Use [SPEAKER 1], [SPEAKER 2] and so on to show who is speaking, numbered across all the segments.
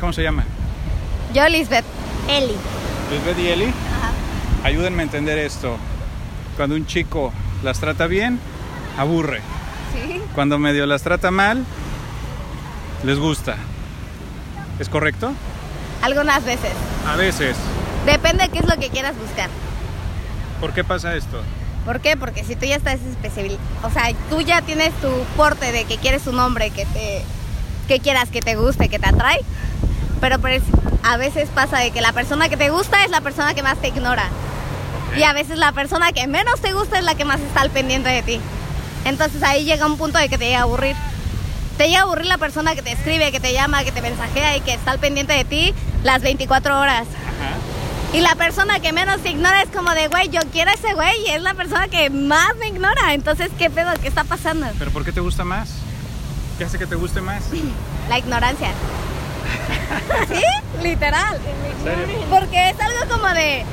[SPEAKER 1] ¿Cómo se llama?
[SPEAKER 2] Yo, Lisbeth.
[SPEAKER 3] Eli.
[SPEAKER 1] Lisbeth y Pues Eli. Ayúdenme a entender esto. Cuando un chico las trata bien, aburre.
[SPEAKER 2] Sí.
[SPEAKER 1] Cuando medio las trata mal, les gusta. ¿Es correcto?
[SPEAKER 2] Algunas veces.
[SPEAKER 1] A veces.
[SPEAKER 2] Depende de qué es lo que quieras buscar.
[SPEAKER 1] ¿Por qué pasa esto?
[SPEAKER 2] ¿Por qué? Porque si tú ya estás especial, o sea, tú ya tienes tu porte de que quieres un hombre que te que quieras, que te guste, que te atrae. Pero pues, a veces pasa de que la persona que te gusta es la persona que más te ignora. Y a veces la persona que menos te gusta es la que más está al pendiente de ti. Entonces ahí llega un punto de que te llega a aburrir. Te llega a aburrir la persona que te escribe, que te llama, que te mensajea y que está al pendiente de ti las 24 horas. Y la persona que menos te ignora es como de, güey, yo quiero a ese güey y es la persona que más me ignora. Entonces, ¿qué pedo? ¿Qué está pasando?
[SPEAKER 1] ¿Pero por qué te gusta más? ¿Qué hace que te guste más?
[SPEAKER 2] La ignorancia. ¿Sí? Literal. Porque es algo como de,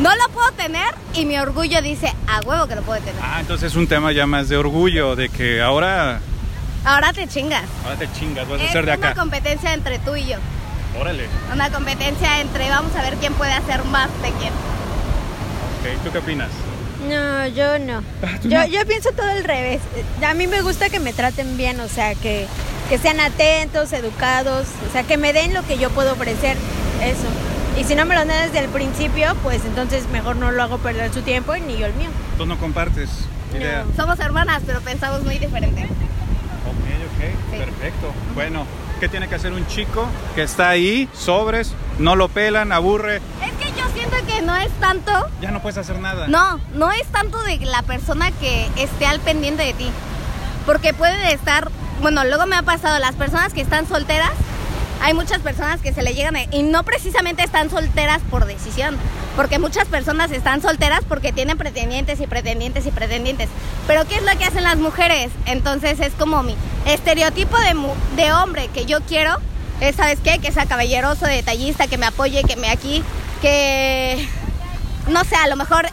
[SPEAKER 2] no lo puedo tener y mi orgullo dice, a huevo que lo puedo tener.
[SPEAKER 1] Ah, entonces es un tema ya más de orgullo, de que ahora,
[SPEAKER 2] Ahora te chingas.
[SPEAKER 1] ahora te chingas, vas a
[SPEAKER 2] Es
[SPEAKER 1] ser Pues de
[SPEAKER 2] una
[SPEAKER 1] acá.
[SPEAKER 2] competencia entre tú y yo.
[SPEAKER 1] Órale.
[SPEAKER 2] Una competencia entre vamos a ver quién puede hacer más de quién.
[SPEAKER 1] Ok, ¿tú qué opinas?
[SPEAKER 3] No, yo no. Yo, yo pienso todo al revés. Eh, A mí me gusta que me traten bien, o sea, que, que sean atentos, educados, o sea, que me den lo que yo puedo ofrecer, eso. Y si no me lo dan desde el principio, pues entonces mejor no lo hago perder su tiempo y ni yo el mío.
[SPEAKER 1] Tú no compartes idea.
[SPEAKER 2] Somos hermanas, pero pensamos muy diferente.
[SPEAKER 1] Ok, ok,
[SPEAKER 2] Sí.
[SPEAKER 1] perfecto. Bueno, ¿qué tiene que hacer un chico que está ahí, sobres, no lo pelan, aburre,
[SPEAKER 2] Es que yo siento que no es tanto,
[SPEAKER 1] ya no puedes hacer nada?
[SPEAKER 2] no, no es tanto de la persona que esté al pendiente de ti. Porque pueden estar, bueno, luego me ha pasado, las personas que están solteras, hay muchas personas que se le llegan a- y no precisamente están solteras por decisión, porque muchas personas están solteras porque tienen pretendientes y pretendientes y pretendientes. Pero ¿qué es lo que hacen las mujeres? Entonces es como mi estereotipo de, mu- de hombre que yo quiero, es, ¿sabes qué? Que sea caballeroso, detallista, que me apoye, que me aquí, que no sé, a lo mejor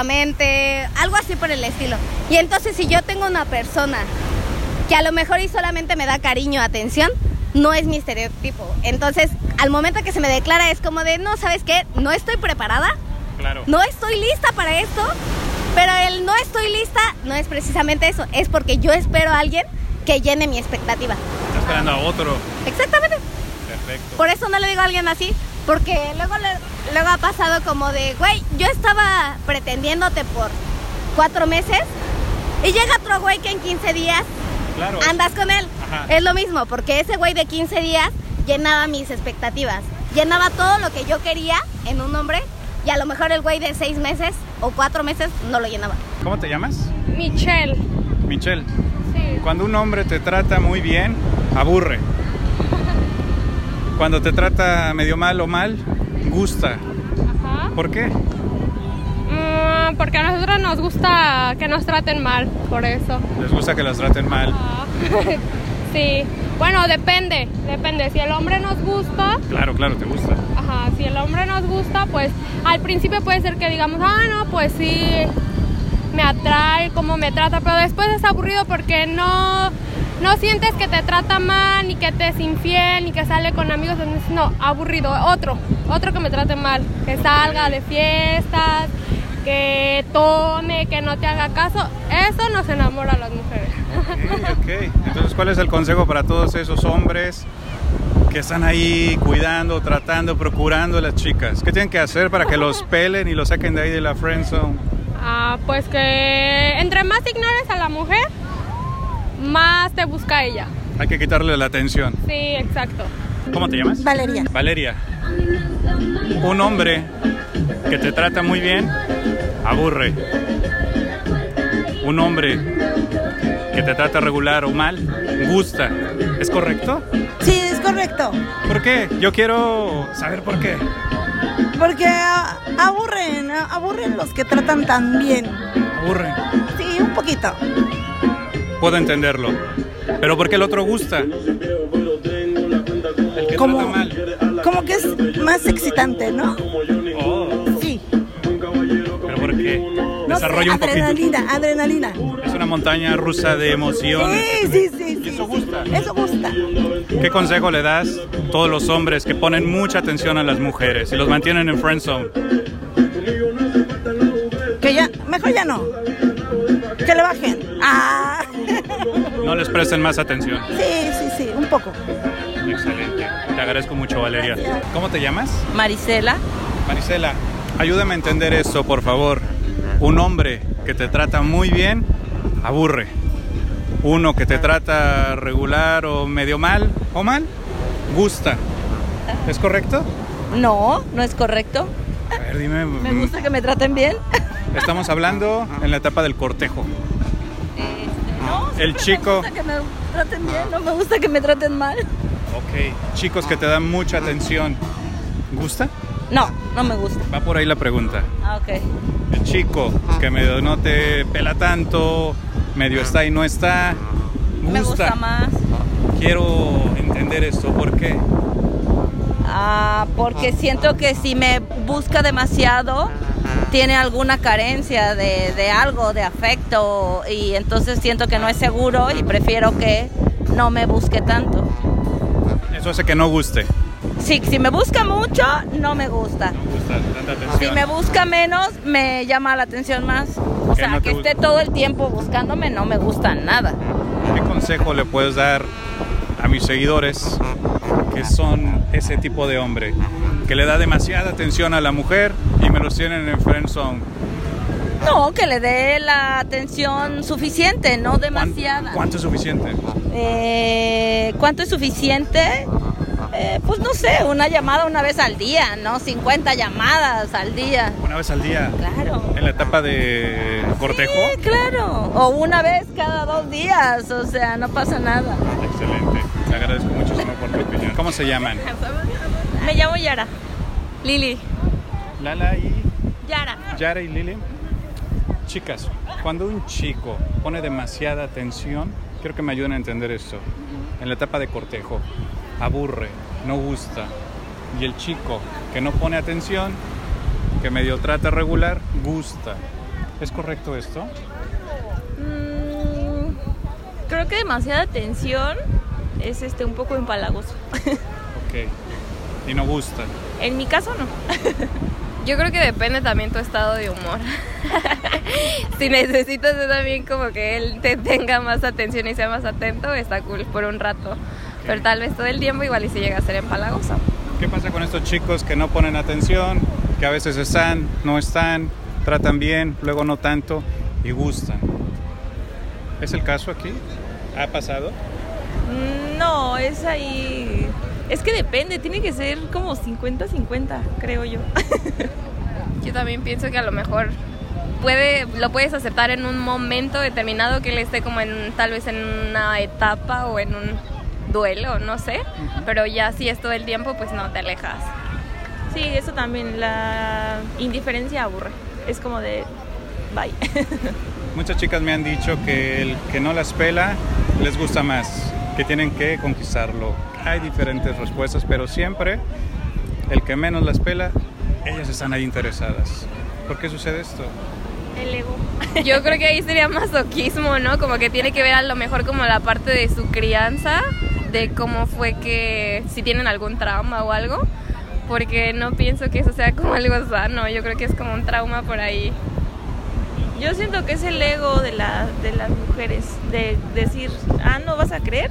[SPEAKER 2] efectivamente, algo así por el estilo. Y entonces si yo tengo una persona que a lo mejor y solamente me da cariño, atención, no es mi estereotipo. Entonces, al momento que se me declara es como de, no, ¿sabes qué? No estoy preparada,
[SPEAKER 1] Claro.
[SPEAKER 2] no estoy lista para esto, pero el no estoy lista no es precisamente eso, es porque yo espero a alguien que llene mi expectativa.
[SPEAKER 1] Está esperando a otro.
[SPEAKER 2] Exactamente.
[SPEAKER 1] Perfecto.
[SPEAKER 2] Por eso no le digo a alguien así, porque luego, le- luego ha pasado como de, güey, yo estaba pretendiéndote por cuatro meses y llega otro güey que en 15 días
[SPEAKER 1] Claro.
[SPEAKER 2] andas con él.
[SPEAKER 1] Ajá.
[SPEAKER 2] Es lo mismo, porque ese güey de 15 días llenaba mis expectativas, llenaba todo lo que yo quería en un hombre y a lo mejor el güey de seis meses o cuatro meses no lo llenaba.
[SPEAKER 1] ¿Cómo te llamas?
[SPEAKER 4] Michelle.
[SPEAKER 1] Michelle.
[SPEAKER 4] Sí.
[SPEAKER 1] Cuando un hombre te trata muy bien, aburre. Cuando te trata medio mal o mal, gusta.
[SPEAKER 4] Ajá.
[SPEAKER 1] ¿Por qué?
[SPEAKER 4] Mm, porque a nosotros nos gusta que nos traten mal, por eso.
[SPEAKER 1] Les gusta que las traten mal.
[SPEAKER 4] Ah. sí. Bueno, depende, depende. Si el hombre nos gusta,
[SPEAKER 1] Claro, claro, te gusta.
[SPEAKER 4] ajá, si el hombre nos gusta, pues al principio puede ser que digamos, ah, no, pues sí, me atrae cómo me trata, pero después es aburrido porque no, no sientes que te trata mal, ni que te es infiel, ni que sale con amigos, entonces, no, aburrido, otro, otro que me trate mal, que salga de fiestas, que tome, que no te haga caso, eso nos enamora a las mujeres.
[SPEAKER 1] Ok, ok. Entonces, ¿cuál es el consejo para todos esos hombres que están ahí cuidando, tratando, procurando a las chicas? ¿Qué tienen que hacer para que los pelen y los saquen de ahí de la friend zone?
[SPEAKER 4] Ah, pues que entre más ignores a la mujer, más te busca ella.
[SPEAKER 1] Hay que quitarle la atención.
[SPEAKER 4] Sí, exacto.
[SPEAKER 1] ¿Cómo te llamas?
[SPEAKER 5] Valeria.
[SPEAKER 1] Valeria. Un hombre que te trata muy bien aburre. Un hombre que te trata regular o mal gusta. ¿Es correcto?
[SPEAKER 5] Sí, es correcto.
[SPEAKER 1] ¿Por qué? Yo quiero saber por qué.
[SPEAKER 5] Porque ah, aburren, ah, aburren los que tratan tan bien.
[SPEAKER 1] Aburre.
[SPEAKER 5] Sí, un poquito.
[SPEAKER 1] Puedo entenderlo. Pero ¿por qué el otro gusta? El que
[SPEAKER 5] Como,
[SPEAKER 1] trata mal.
[SPEAKER 5] como que es más excitante, ¿no?
[SPEAKER 1] Oh,
[SPEAKER 5] Sí.
[SPEAKER 1] ¿Pero por qué?
[SPEAKER 5] No
[SPEAKER 1] desarrolla un poquito.
[SPEAKER 5] adrenalina, adrenalina.
[SPEAKER 1] Es una montaña rusa de emociones.
[SPEAKER 5] Sí, sí, sí.
[SPEAKER 1] Y
[SPEAKER 5] sí,
[SPEAKER 1] eso
[SPEAKER 5] sí.
[SPEAKER 1] gusta.
[SPEAKER 5] Eso gusta.
[SPEAKER 1] ¿Qué consejo le das a todos los hombres que ponen mucha atención a las mujeres y los mantienen en friend zone?
[SPEAKER 5] Que ya, mejor ya no. Que le bajen. Ah.
[SPEAKER 1] No les presten más atención.
[SPEAKER 5] Sí, sí, sí, un poco.
[SPEAKER 1] Excelente. Te agradezco mucho, Valeria. ¿Cómo te llamas?
[SPEAKER 6] Marisela,
[SPEAKER 1] Marisela, ayúdame a entender esto, por favor. Un hombre que te trata muy bien aburre. Uno que te trata regular o medio mal o mal gusta. ¿Es correcto?
[SPEAKER 6] no, no es correcto.
[SPEAKER 1] A ver, dime. mm.
[SPEAKER 6] Me gusta que me traten bien.
[SPEAKER 1] Estamos hablando en la etapa del cortejo.
[SPEAKER 6] Este,
[SPEAKER 1] Ah,
[SPEAKER 6] No,
[SPEAKER 1] El
[SPEAKER 6] siempre
[SPEAKER 1] chico.
[SPEAKER 6] Me gusta que me traten bien, no me gusta que me traten mal.
[SPEAKER 1] Ok. Chicos que te dan mucha atención. ¿Gusta?
[SPEAKER 6] No, no me gusta.
[SPEAKER 1] Va por ahí la pregunta.
[SPEAKER 6] Ah, ok.
[SPEAKER 1] El chico que medio no te pela tanto, medio está y no está.
[SPEAKER 6] Me gusta más.
[SPEAKER 1] Quiero entender esto, ¿por qué?
[SPEAKER 6] Ah, porque siento que si me busca demasiado, tiene alguna carencia de, de algo, de afecto, y entonces siento que no es seguro y prefiero que no me busque tanto.
[SPEAKER 1] Eso hace que no guste.
[SPEAKER 6] Sí, si me busca mucho, no me gusta.
[SPEAKER 1] Gusta tanta
[SPEAKER 6] Si
[SPEAKER 1] atención.
[SPEAKER 6] me busca menos, me llama la atención más. O
[SPEAKER 1] Que
[SPEAKER 6] sea,
[SPEAKER 1] no te
[SPEAKER 6] que esté
[SPEAKER 1] gusta.
[SPEAKER 6] todo el tiempo buscándome no me gusta nada.
[SPEAKER 1] ¿Qué consejo le puedes dar a mis seguidores que son ese tipo de hombre? Que le da demasiada atención a la mujer y me los tienen en friend zone.
[SPEAKER 6] No, que le dé la atención suficiente, no
[SPEAKER 1] ¿Cuán-
[SPEAKER 6] demasiada.
[SPEAKER 1] ¿Cuánto es suficiente?
[SPEAKER 6] Eh, ¿Cuánto es suficiente? Eh, pues no sé, una llamada una vez al día, ¿no? 50 llamadas al día.
[SPEAKER 1] Una vez al día.
[SPEAKER 6] Claro.
[SPEAKER 1] En la etapa de cortejo.
[SPEAKER 6] Sí, claro. O una vez cada dos días, o sea, no pasa nada.
[SPEAKER 1] Excelente. Te agradezco muchísimo por tu opinión. ¿Cómo se llaman?
[SPEAKER 6] Me llamo Yara.
[SPEAKER 4] Lili.
[SPEAKER 1] Lala y
[SPEAKER 6] Yara.
[SPEAKER 1] Yara y Lili. Chicas, cuando un chico pone demasiada atención, quiero que me ayuden a entender esto. En la etapa de cortejo, aburre, no gusta. Y el chico que no pone atención, que medio trata regular, gusta. ¿Es correcto esto?
[SPEAKER 6] Mm,
[SPEAKER 7] Creo que demasiada atención es este un poco empalagoso.
[SPEAKER 1] Ok. Y no gusta.
[SPEAKER 7] En mi caso no. Yo creo que depende también tu estado de humor. si necesitas tú también como que él te tenga más atención y sea más atento, está cool por un rato. Pero tal vez todo el tiempo igual y si llega a ser empalagoso.
[SPEAKER 1] ¿Qué pasa con estos chicos que no ponen atención, que a veces están, no están, tratan bien, luego no tanto y gustan? ¿Es el caso aquí? ¿Ha pasado?
[SPEAKER 7] Mm, No, es ahí. Es que depende, tiene que ser como 50-50, creo yo. yo también pienso que a lo mejor puede, lo puedes aceptar en un momento determinado que él esté como en tal vez Pues en una etapa o en un duelo, no sé. Pero ya si es todo el tiempo, pues no te alejas.
[SPEAKER 8] Sí, eso también, la indiferencia aburre. Es como de, bye.
[SPEAKER 1] Muchas chicas me han dicho que el que no las pela les gusta más, que tienen que conquistarlo. Hay diferentes respuestas, pero siempre el que menos las pela, ellas están ahí interesadas. ¿Por qué sucede esto?
[SPEAKER 8] El ego.
[SPEAKER 7] Yo creo que ahí sería masoquismo, ¿no? Como que tiene que ver a lo mejor como la parte de su crianza, de cómo fue que, si tienen algún trauma o algo, porque no pienso que eso sea como algo sano, yo creo que es como un trauma por ahí.
[SPEAKER 8] Yo siento que es el ego de, la, de las mujeres, de decir, ah, no vas a creer.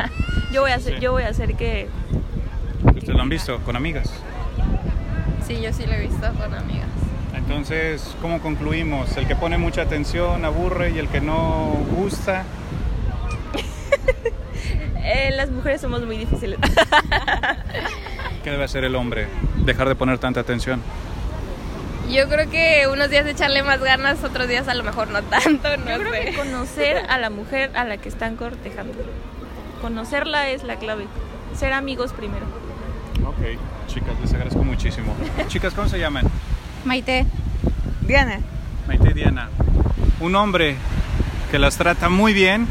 [SPEAKER 8] yo, voy a hacer,
[SPEAKER 1] Sí.
[SPEAKER 8] yo voy a hacer que...
[SPEAKER 1] Ustedes lo han visto con amigas.
[SPEAKER 7] Sí, yo sí lo he visto con amigas.
[SPEAKER 1] Entonces, ¿cómo concluimos? El que pone mucha atención aburre y el que no gusta.
[SPEAKER 8] eh, las mujeres somos muy difíciles.
[SPEAKER 1] ¿Qué debe hacer el hombre? Dejar de poner tanta atención.
[SPEAKER 7] Yo creo que unos días echarle más ganas, otros días a lo mejor no tanto, no
[SPEAKER 8] yo creo
[SPEAKER 7] sé.
[SPEAKER 8] que conocer a la mujer a la que están cortejando. Conocerla es la clave. Ser amigos primero.
[SPEAKER 1] Ok, chicas, les agradezco muchísimo. chicas, ¿cómo se llaman?
[SPEAKER 2] Maite,
[SPEAKER 5] Diana.
[SPEAKER 1] Maite y Diana. Un hombre que las trata muy bien,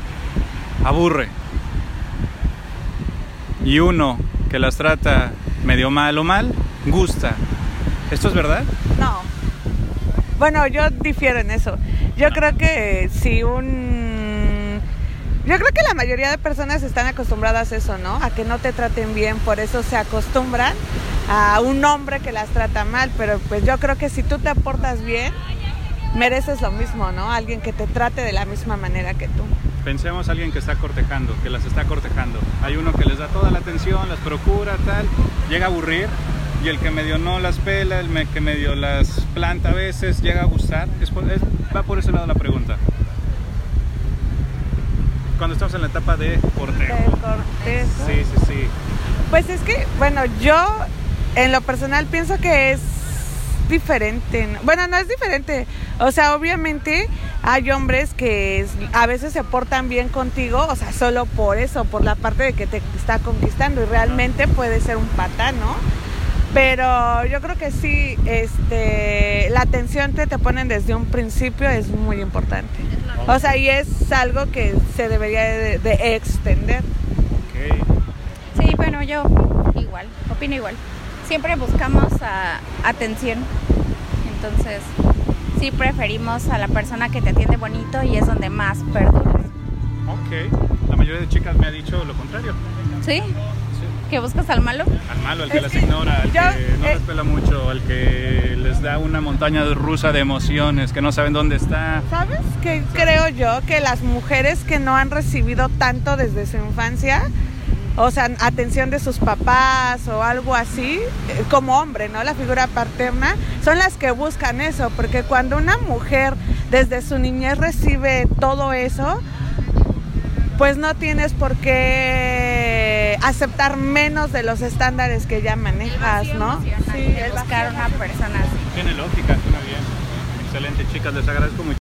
[SPEAKER 1] aburre. Y uno que las trata medio mal o mal, gusta. ¿Esto es verdad?
[SPEAKER 5] No. Bueno, yo difiero en eso. Yo creo que si un... Yo creo que la mayoría de personas están acostumbradas a eso, ¿no? A que no te traten bien, por eso se acostumbran a un hombre que las trata mal, pero pues yo creo que si tú te portas bien, mereces lo mismo, ¿no? Alguien que te trate de la misma manera que tú.
[SPEAKER 1] Pensemos a alguien que está cortejando, que las está cortejando. Hay uno que les da toda la atención, las procura, tal, llega a aburrir y el que medio no las pela, el me- que medio las planta a veces, llega a gustar. Es por- es- va por ese lado la pregunta. Cuando estamos en la etapa de
[SPEAKER 5] Del
[SPEAKER 1] cortejo.
[SPEAKER 5] cortejo.
[SPEAKER 1] Sí, sí, sí.
[SPEAKER 5] Pues es que, bueno, yo en lo personal pienso que es diferente. ¿no? Bueno, no es diferente. O sea, obviamente hay hombres que es- a veces se portan bien contigo, o sea, solo por eso, por la parte de que te está conquistando y realmente puede ser un patán, ¿no? Pero yo creo que sí, este, la atención que te ponen desde un principio es muy importante. O sea, y es algo que se debería de- de extender.
[SPEAKER 1] Ok.
[SPEAKER 9] Sí, bueno, yo igual, opino igual. Siempre buscamos ah, atención. Entonces, sí preferimos a la persona que te atiende bonito y es donde más perduras.
[SPEAKER 1] Ok. La mayoría de chicas me ha dicho lo contrario.
[SPEAKER 9] ¿Sí? ¿Que buscas al malo?
[SPEAKER 1] Al malo, al que
[SPEAKER 5] Es
[SPEAKER 1] las
[SPEAKER 5] que
[SPEAKER 1] ignora, al
[SPEAKER 5] yo-
[SPEAKER 1] que no
[SPEAKER 5] eh.
[SPEAKER 1] las pela mucho, al que les da una montaña rusa de emociones, que no saben dónde está.
[SPEAKER 5] ¿Sabes qué creo yo? Que las mujeres que no han recibido tanto desde su infancia, o sea, atención de sus papás o algo así, eh, como hombre, ¿no? La figura paterna, son las que buscan eso, porque cuando una mujer desde su niñez recibe todo eso, pues no tienes por qué aceptar menos de los estándares que ya manejas, ¿no?
[SPEAKER 9] Sí, buscar una persona así.
[SPEAKER 1] Tiene lógica, suena bien. Excelente, chicas, les agradezco mucho.